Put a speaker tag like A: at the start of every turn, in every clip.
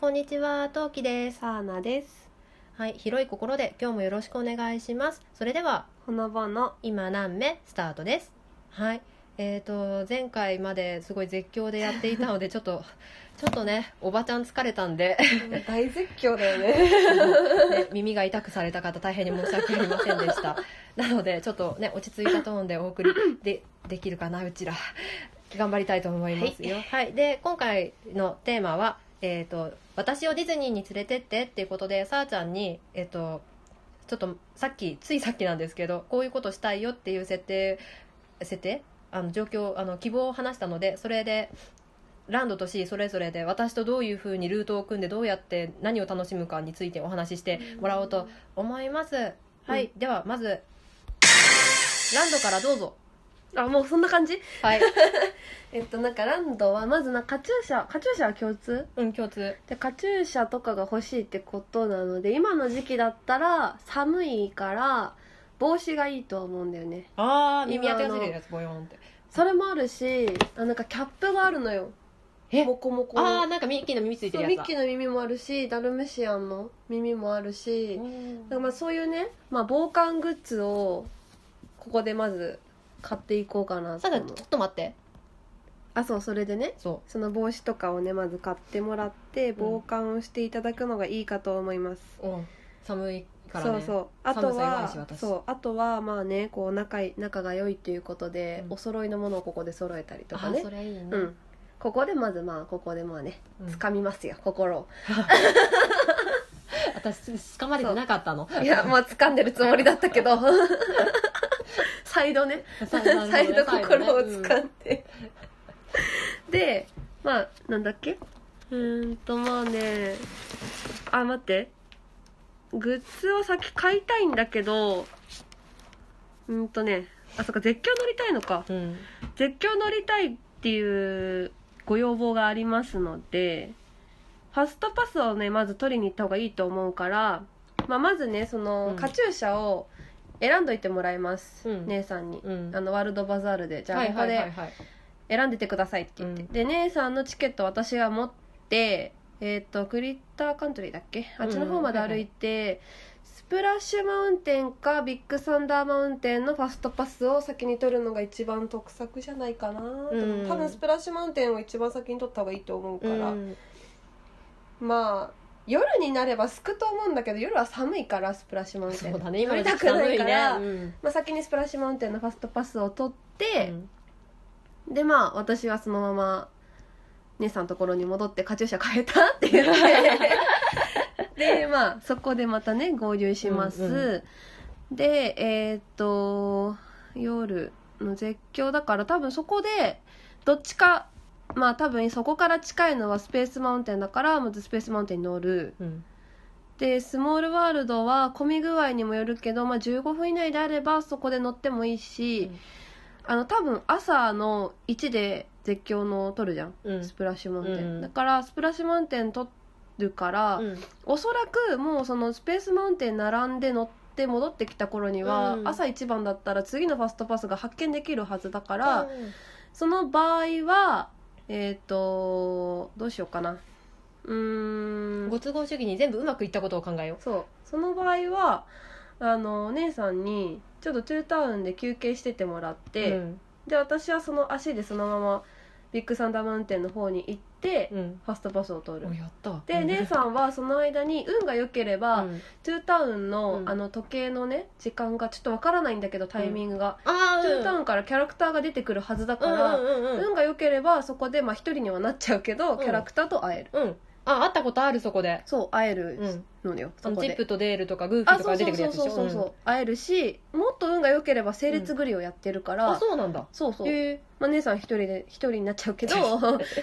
A: こんにちは、トウキです。
B: サーナです。
A: はい、広い心で今日もよろしくお願いします。それでは、
B: ほのぼの。
A: 今何目スタートです。はい。えー、と前回まですごい絶叫でやっていたのでちょっとちょっとねおばちゃん疲れたんで、
B: 大絶叫だよね。
A: ね耳が痛くされた方大変に申し訳ありませんで したなのでちょっとね落ち着いたトーンでお送りでできるかなうちら 頑張りたいと思いますよ、はいで今回のテーマは、えーと「私をディズニーに連れてって」っていうことでさあちゃんにえっ、とちょっとさっきついさっきなんですけどこういうことしたいよっていう設定設定あの状況あの希望を話したのでそれでランドとシーそれぞれで私とどういうふうにルートを組んでどうやって何を楽しむかについてお話ししてもらおうと思いますはい、ではまずランドからどうぞ
B: あ、もうそんな感じ
A: はい
B: えっと、なんかランドは、まずな、カチューシャ、カチューシャは共通
A: うん共通
B: で、カチューシャとかが欲しいってことなので、今の時期だったら、寒いから、帽子がいいとは思うんだよね。
A: ああ耳
B: 耳
A: 当
B: 当
A: て
B: て
A: が
B: が
A: つい
B: つい
A: て
B: て
A: るや
B: る
A: つボヨ
B: や
A: ンって
B: それもあるし、あ、なんかキャップがあるのよ。
A: え
B: モコモコの。
A: ああなんかミッキーの耳ついて
B: そう
A: る
B: ミ
A: やつ
B: ッ
A: だ
B: キーの耳もあるし、ダルメシアンの耳もあるし、だからまあそういうね、まあ、防寒グッズをここでまず買っていこうかな
A: さ
B: と
A: あち
B: 思
A: ょ
B: う
A: っと待って
B: あそうそれでね
A: そ
B: その帽子とかをねまず買ってもらって防寒をしていただくのがいいかと思います、
A: う、うん、寒いから
B: そ
A: ね
B: うそうあと
A: 寒さ弱いし
B: は
A: 私
B: そうあとはまあねこう仲い仲が良いということで、
A: うん
B: お揃いのものをここで揃えたりと
A: あ
B: か
A: ー
B: ね
A: それいいね、
B: うんここでまずまあここでまあね
A: うん
B: 掴みますよ 心を
A: 私掴まれてなかったの
B: いやまあ掴んでるつもりだった けどサイドね再度心を
A: か
B: 掴んで、でまあなんだっけうーんとまあねあ待ってグッズを先買いたいんだけどうーんとねあそっか絶叫乗りたいのか
A: うん、うん
B: 絶叫乗りたいっていうご要望がありますのでファストパスをねまず取りに行った方がいいと思うから、まあ、まずねその、
A: うん
B: カチューシャを選んどいてもらいます、
A: うん
B: 姉さんに、
A: うん
B: あのワールドバザールでじゃあ
A: はい
B: こ
A: は
B: こ
A: いはい
B: で
A: はい
B: 選んでてくださいって言って、で姉さんのチケット私が持ってえっ、とグリッターカントリーだっけあっちの方まで
A: うんうんはいは
B: 歩
A: い
B: いて、スプラッシュマウンテンかビッグサンダーマウンテンのファストパスを先に取るのが一番得策じゃないかな、
A: うん
B: 多分スプラッシュマウンテンを一番先に取った方がいいと思うから、
A: うん
B: まあ夜になればすくと思うんだけど夜は寒いからスプラッシュマウンテン
A: そうだね今の
B: 取り
A: 時
B: た
A: 期
B: くな
A: 寒
B: い
A: い
B: か
A: ね
B: ら、
A: うん
B: まあ、先にスプラッシュマウンテンのファストパスを取って、
A: うん
B: でまあ私はそのまま姉さんのところに戻って「カチューシャ変えた?」って言って でまあそこでまたね合流します、
A: うん
B: でえーっと夜の絶叫だから多分そこでどっちかまあ多分そこから近いのはスペースマウンテンだからまずスペースマウンテンに乗る
A: うん
B: でスモールワールドは混み具合にもよるけど、まあ、15分以内であればそこで乗ってもいいし、
A: うん
B: あの多分朝の1で絶叫の撮るじゃん
A: うん
B: スプラッシュマウンテン、
A: うん
B: だからスプラッシュマウンテン撮るから、
A: うん
B: おそらくもうそのスペースマウンテン並んで乗って戻ってきた頃には、
A: うん
B: 朝一番だったら次のファストパスが発見できるはずだから、その場合はえっ、とどうしようかなうーん
A: ご都合主義に全部うまくいったことを考えよ
B: そうその場合はあのお姉さんにちょっとトゥータウンで休憩しててもらっ
A: う。
B: て、
A: うん
B: で私はその足でそのままビッグサンダーマウンテンの方に行って、
A: うん。
B: ファストパスを取る
A: お、やった。
B: で姉さんはその間に運が良ければ、
A: うん
B: トゥータウンの,、
A: うん
B: あの時計のね時間がちょっとわからないんだけどタイミングが、
A: あ
B: トゥータウ
A: ン
B: ンからキャラクターが出てくるはずだから、
A: うんうんうん
B: 運が良ければそこでまあ、一人にはなっちゃうけど、
A: ん
B: キャラクターと会える
A: うん。うん。あ、会ったことあるそこで。
B: そう会える
A: うん。
B: のよ、
A: あ
B: そ
A: の
B: こ
A: チ
B: で
A: ップとデールとかグーフィ
B: あ
A: ーとか
B: そう
A: が出
B: そ
A: て
B: う
A: くるや
B: そう
A: つでし
B: そう
A: ょ。
B: そう
A: うん
B: 会えるしもっと運が良ければ整列グリをやってるから、
A: あ、そうなんだ。
B: そうそう、
A: へえ。
B: まあ、姉さん一人で一人になっちゃう けど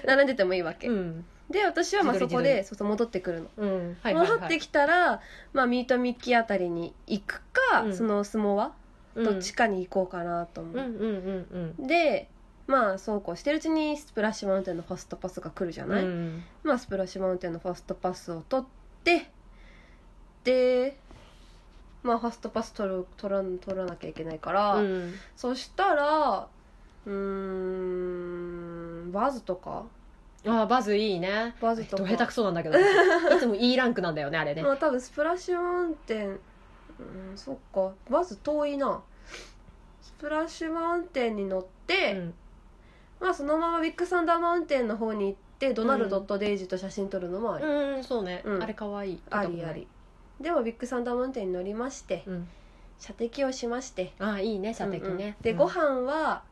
B: 並んでてもいいわけ、
A: うん。
B: で私はまあ
A: 自撮
B: そ
A: り
B: こでそうそう戻ってくるの、
A: うん。はいはいはい。
B: 戻ってきたら、まあ、ミートミッキーあたりに行くか、
A: うん
B: その相撲は
A: うん
B: どっちかに行こうかなと思
A: うん
B: う、
A: うんうん
B: でまあそうこうしてるうちにスプラッシュマウンテンのファストパスが来るじゃ
A: うん。う
B: ない、
A: ん。
B: まあ、スプラッシュマウンテンのファストパスを取ってで、まあ、ファストパス取る取らん取らなきゃいけないから、
A: うん。
B: そしたらうーんバズとか
A: ああバズいいね
B: バズと
A: ど
B: か
A: 下手くそなん だけどいつも E ランクなんだよねあれね
B: まあ多分スプラッシュマウンテンうんそっかバズ遠いなスプラッシュマウンテンに乗って、
A: うん
B: まあそのままビッグサンダーマウンテンの方に行ってドナルドとデイジーと写真撮るのもあり、
A: うんそうね、
B: うん
A: あれかわいい
B: ありありでもビッグサンダーマウンテンに乗りまして
A: うん
B: 射的をしまして
A: ああいいね射的ね、
B: うんうんでご飯は、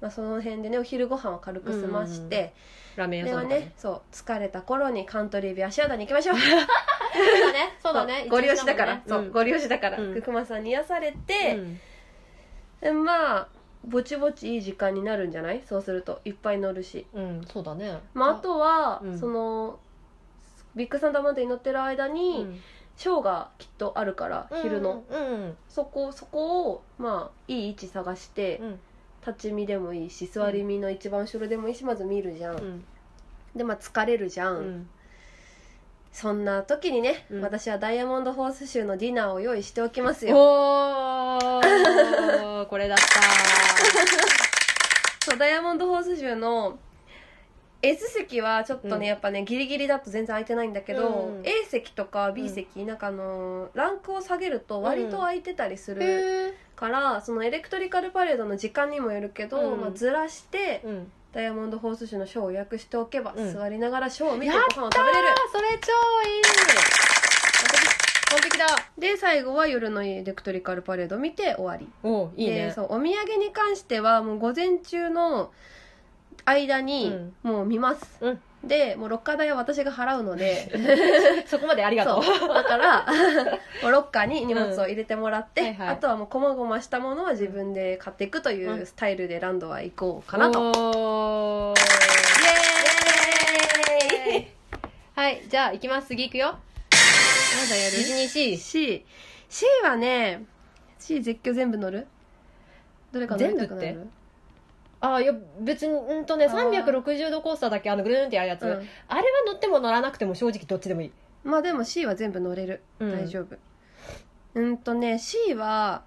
B: まあ、その辺でねお昼ご飯は軽く済まして、
A: ラーメン屋さ
B: では
A: んとかね
B: ねそう疲れた頃にカントリー ビアシアターに行きましょう
A: そうだねそうだ ね
B: ご利用しだから、
A: そ
B: そうう、
A: ん
B: ご利用しだから、
A: うん
B: くまさんに癒され
A: う
B: て、
A: ん
B: まあぼちぼちいい時間になるんじゃないそうするといっぱい乗るし、
A: うんそうだね
B: まあ、あとは、
A: うん
B: そのビッグサンダーマウンテンに乗ってる間
A: う
B: に、
A: ん
B: ショーがきっとあるから昼の、
A: うんうん
B: そこそこをまあいい位置探して、
A: うん
B: 立ち見でもいいし座り見の一番後ろでもいいしまず見るじゃん、
A: うん
B: でまあ疲れるじゃん、
A: うん
B: そんな時にね、
A: うん
B: 私はダイヤモンドホース州のディナーを用意しておきますよ
A: おーこれだった
B: そうダイヤモンドホース州の S 席はちょっとね、
A: うん
B: やっぱねギリギリだと全然空いてないんだけど、
A: うん
B: A 席とか B 席、なんかあのーランクを下げると割と空いてたりする
A: へ
B: から、そのエレクトリカルパレードの時間にもよるけど、
A: うん
B: まあ、ずらして、
A: ーうん
B: ダイヤモンドホース州のショーを予約しておけば、
A: うん
B: 座りながらショーを見て
A: や
B: ご
A: っ
B: 飯を食べれる
A: あそれ超いい完璧完璧だ
B: で最後は夜のエレクトリカルパレード見て終わり
A: おーいい
B: で
A: ね
B: そうお土産に関してはもう午前中の間に
A: うん
B: もう見ます、
A: うん
B: でもうロッカー代は私が払うの で
A: そこまでありがとう
B: そうだから もうロッカーに荷物を入れてもらって、
A: うんはいはい
B: あとはもうこまごましたものは自分で買っていくとい
A: うん
B: うスタイルでランドは行こうかなと、
A: と
B: イエーイ
A: はいじゃあ行きます次行くよ
B: まだや
A: ディズニーシー
B: C C はね C 絶叫全部乗るどれか乗りたくな
A: 全
B: る
A: あーいや別にうんとね
B: あー
A: 360度コースターだっけあのぐるーんってやるやつ、
B: うん
A: あれは乗っても乗らなくても正直どっちでもいい、
B: まあでも C は全部乗れる、大
A: 夫
B: 丈夫うんとね C は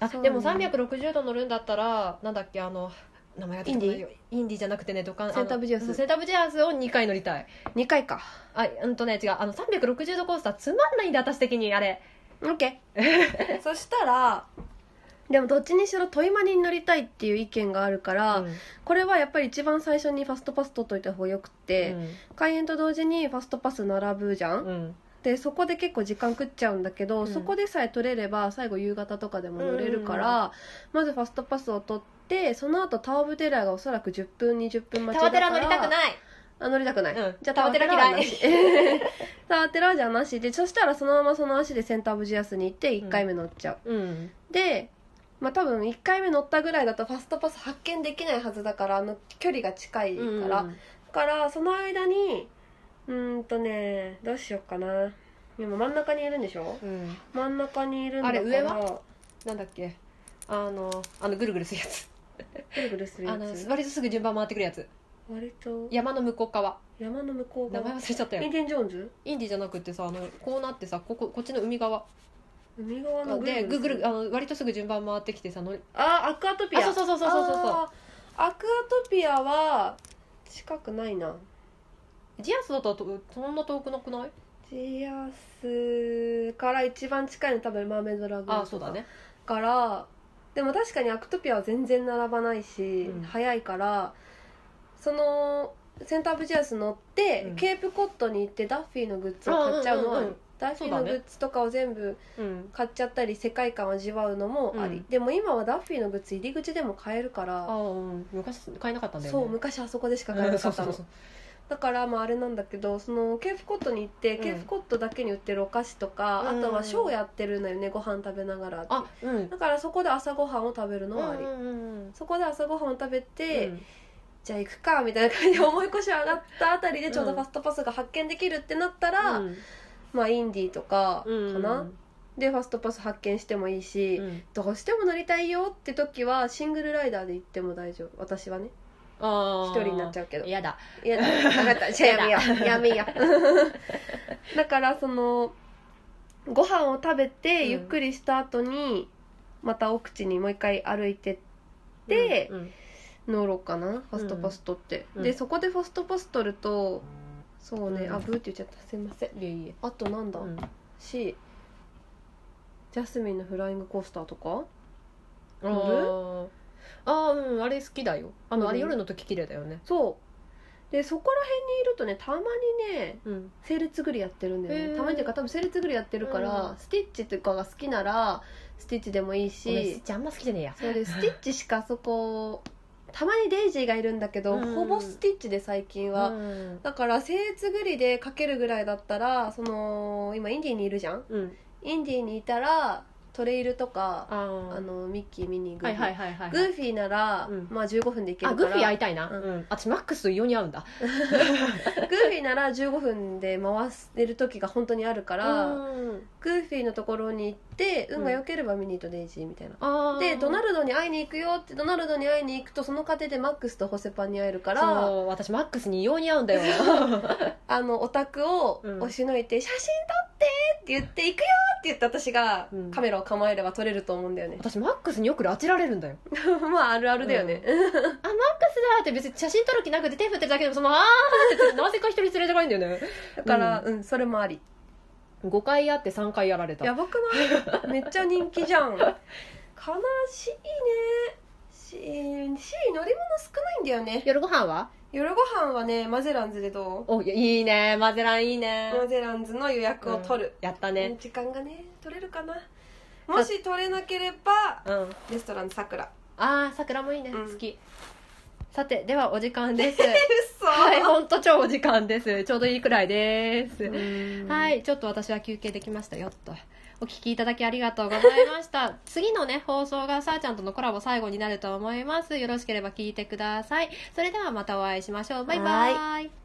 A: あ
B: そう
A: でも
B: ね
A: 360度乗るんだったらなんだっけあの名前が出てこないよインディじゃなくてねドカン
B: センターオブジェアス
A: あのセンターオブジェアスを2回乗りたい
B: 2回か
A: あうんとね違うあの360度コースターつまんないんだ私的にあれ
B: OK そしたらでもどっちにしろトイマニに乗りたいっていう意見があるから、
A: うん
B: これはやっぱり一番最初にファストパス取っといた方がよくて、開園と同時にファストパス並ぶじゃん、
A: うん
B: でそこで結構時間食っちゃうんだけど、
A: うん
B: そこでさえ取れれば最後夕方とかでも乗れるから、まずファストパスを取ってその後タワーオブテラーがおそらく10分20分待
A: タワ
B: ちだか
A: テ
B: ら
A: ラ乗りたくない
B: あ乗りたくない、
A: うん
B: じゃあタワーテラーはなしタワーテラーじゃなしでそしたらそのままその足でセンターオブジアスに行って1回目乗っちゃ う、
A: うん
B: でまあ多分1回目乗ったぐらいだとファストパス発見できないはずだからあの距離が近いから、だからその間にうーんとねどうしようかなでも真ん中にいるんでしょ
A: うん
B: 真ん中にいるんだから
A: あれ上はなんだっけあのあのぐるぐるするやつ
B: ぐるぐるする
A: あ
B: や
A: の
B: つ
A: 割とすぐ順番回ってくるやつ
B: 割と
A: 山の向こう側
B: 山の向こう
A: 名前
B: 側
A: 忘れちゃった
B: イン
A: よ
B: ディ・ンジョーンズ
A: インディじゃなくてさあのこうなってさこここっちの海側
B: 海側の
A: でぐ
B: す
A: ぐるあの割とすぐ順番回ってきてさ乗り
B: あアクアトピ
A: あ
B: ア
A: そうそうそうそうそうそうそう
B: あーアクアトピアは近くないな
A: ジアスだととそんな遠くなくない
B: ジアスから一番近いの多分マーメイドラグーン
A: あそうだね
B: からでも確かにアクトピアは全然並ばないし、
A: うん
B: 早いからそのセンターオブジアス乗って、
A: うん
B: ケープコットに行ってダッフィーのグッズを買っちゃうのはあり
A: あうんうんうん
B: ダッフィー
A: そ
B: の
A: うだ
B: グ
A: ね
B: ッズとかを全部
A: うん
B: 買っちゃったり世界観を味わうのもあり、
A: うん
B: でも今はダッフィーのグッズ入り口でも買えるか
A: ああ
B: ら、
A: うん昔買えなかったんだよね
B: そう昔あそこでしか買え
A: うん
B: なか
A: そう
B: った
A: そう
B: の
A: そう
B: だからまああれなんだけどそのケープコットに行って、
A: うん
B: ケープコットだけに売ってるお菓子とか、
A: うん
B: あとはショーやってるのよねご飯食べながら
A: あうん
B: だからそこで朝ごはんを食べるのはあり、
A: うんうんうん
B: そこで朝ごはんを食べて、
A: うん
B: じゃあ行くかみたいな感じで思い越し上がったあたりでちょうどファストパスが発見できるってなったら、
A: うん
B: まあインディーとかか
A: うん
B: な、でファストパス発見してもいいし、
A: うん
B: どうしても乗りたいよって時はシングルライダーで行っても大丈夫私はね
A: あ
B: 一人になっち
A: ゃ
B: ゃうけど
A: 嫌だ
B: いや、分かった。じゃあやめよう。やめよ う。だから、その、ご飯を食べて、
A: うん
B: ゆっくりした後に、また奥地にもう一回歩いてって、
A: うんうん
B: ノーロかなファストパストって、
A: うんう
B: で
A: ん
B: そこでファストパス取るとそうね、
A: うん
B: あブーって言っちゃったすいません
A: いえいえ
B: あとなんだ、
A: うん、
B: しジャスミンのフライングコースターとか
A: あーあーうんあれ好きだよあの、
B: うん
A: あれ夜の時綺麗だよね
B: そうでそこら辺にいるとねたまにね
A: うん
B: セールツグリやってるんだよ
A: へ
B: ね
A: ー
B: たまにというか多分セールツグリやってるから、
A: うん
B: スティッチとかが好きならスティッチでもいい
A: し
B: し
A: ちゃんあんま好きじゃねえや
B: それでスティッチしかそこたまにデイジーがいるんだけど、
A: うん
B: ほぼスティッチで最近は、
A: うん
B: だからセールツグリでかけるぐらいだったらその今インディーにいるじゃん
A: うん
B: インディーにいたらトレイルとか
A: あー
B: あのミッキーミニーグー
A: はい
B: フィー
A: はいはいはい
B: グーフィーなら、
A: うん
B: まあ15分でいけ
A: あ
B: る
A: グ
B: か
A: ーフィー
B: ら
A: 会いたいな、
B: う
A: うんん私マックスと異様に会うんだ
B: グーフィーなら15分で回してる時が本当にあるから、
A: うん
B: グーフィーのところに行って運が良ければミニーとデイジーみたいな、
A: あー
B: でドナルドに会いに行くよってドナルドに会いに行くとその過程でマックスとホセパンに会えるから
A: そう私マックスに異様に会うんだよ
B: あのオタクを押しのいて「写真撮って!」って言って「行くよ!」って言って私が
A: うん
B: カメラを構えれば撮れると思うんだよね、
A: 私マックスによく拉致られるんだよ
B: まああるあるだよね、
A: あマックスだって別に写真撮る気なくて手振ってるだけでもそのあーってなぜか一人連れてかれるんだよね
B: だからうん、それもあり
A: 5回やって3回やられた
B: やばくない めっちゃ人気じゃん悲しいねし C 乗り物少ないんだよね
A: 夜ご飯は
B: 夜ご飯はねマゼランズでど
A: おいやいいねマゼランいいね
B: うマゼランズの予約を取る、
A: うんやったね
B: 時間がね取れるかなもし取れなければ
A: うん
B: レストランさくら
A: あー桜もいいね、
B: うん
A: 好きさてではお時間 です
B: 嘘
A: はいほんと超お時間ですちょうどいいくらいです、
B: は
A: はいい、ちょっと私は休憩できましたよっと。お聞きいただきありがとうございました。次のね、放送がさあちゃんとのコラボ最後になると思います。よろしければ聞いてください。それではまたお会いしましょう。バイバ
B: は
A: イ。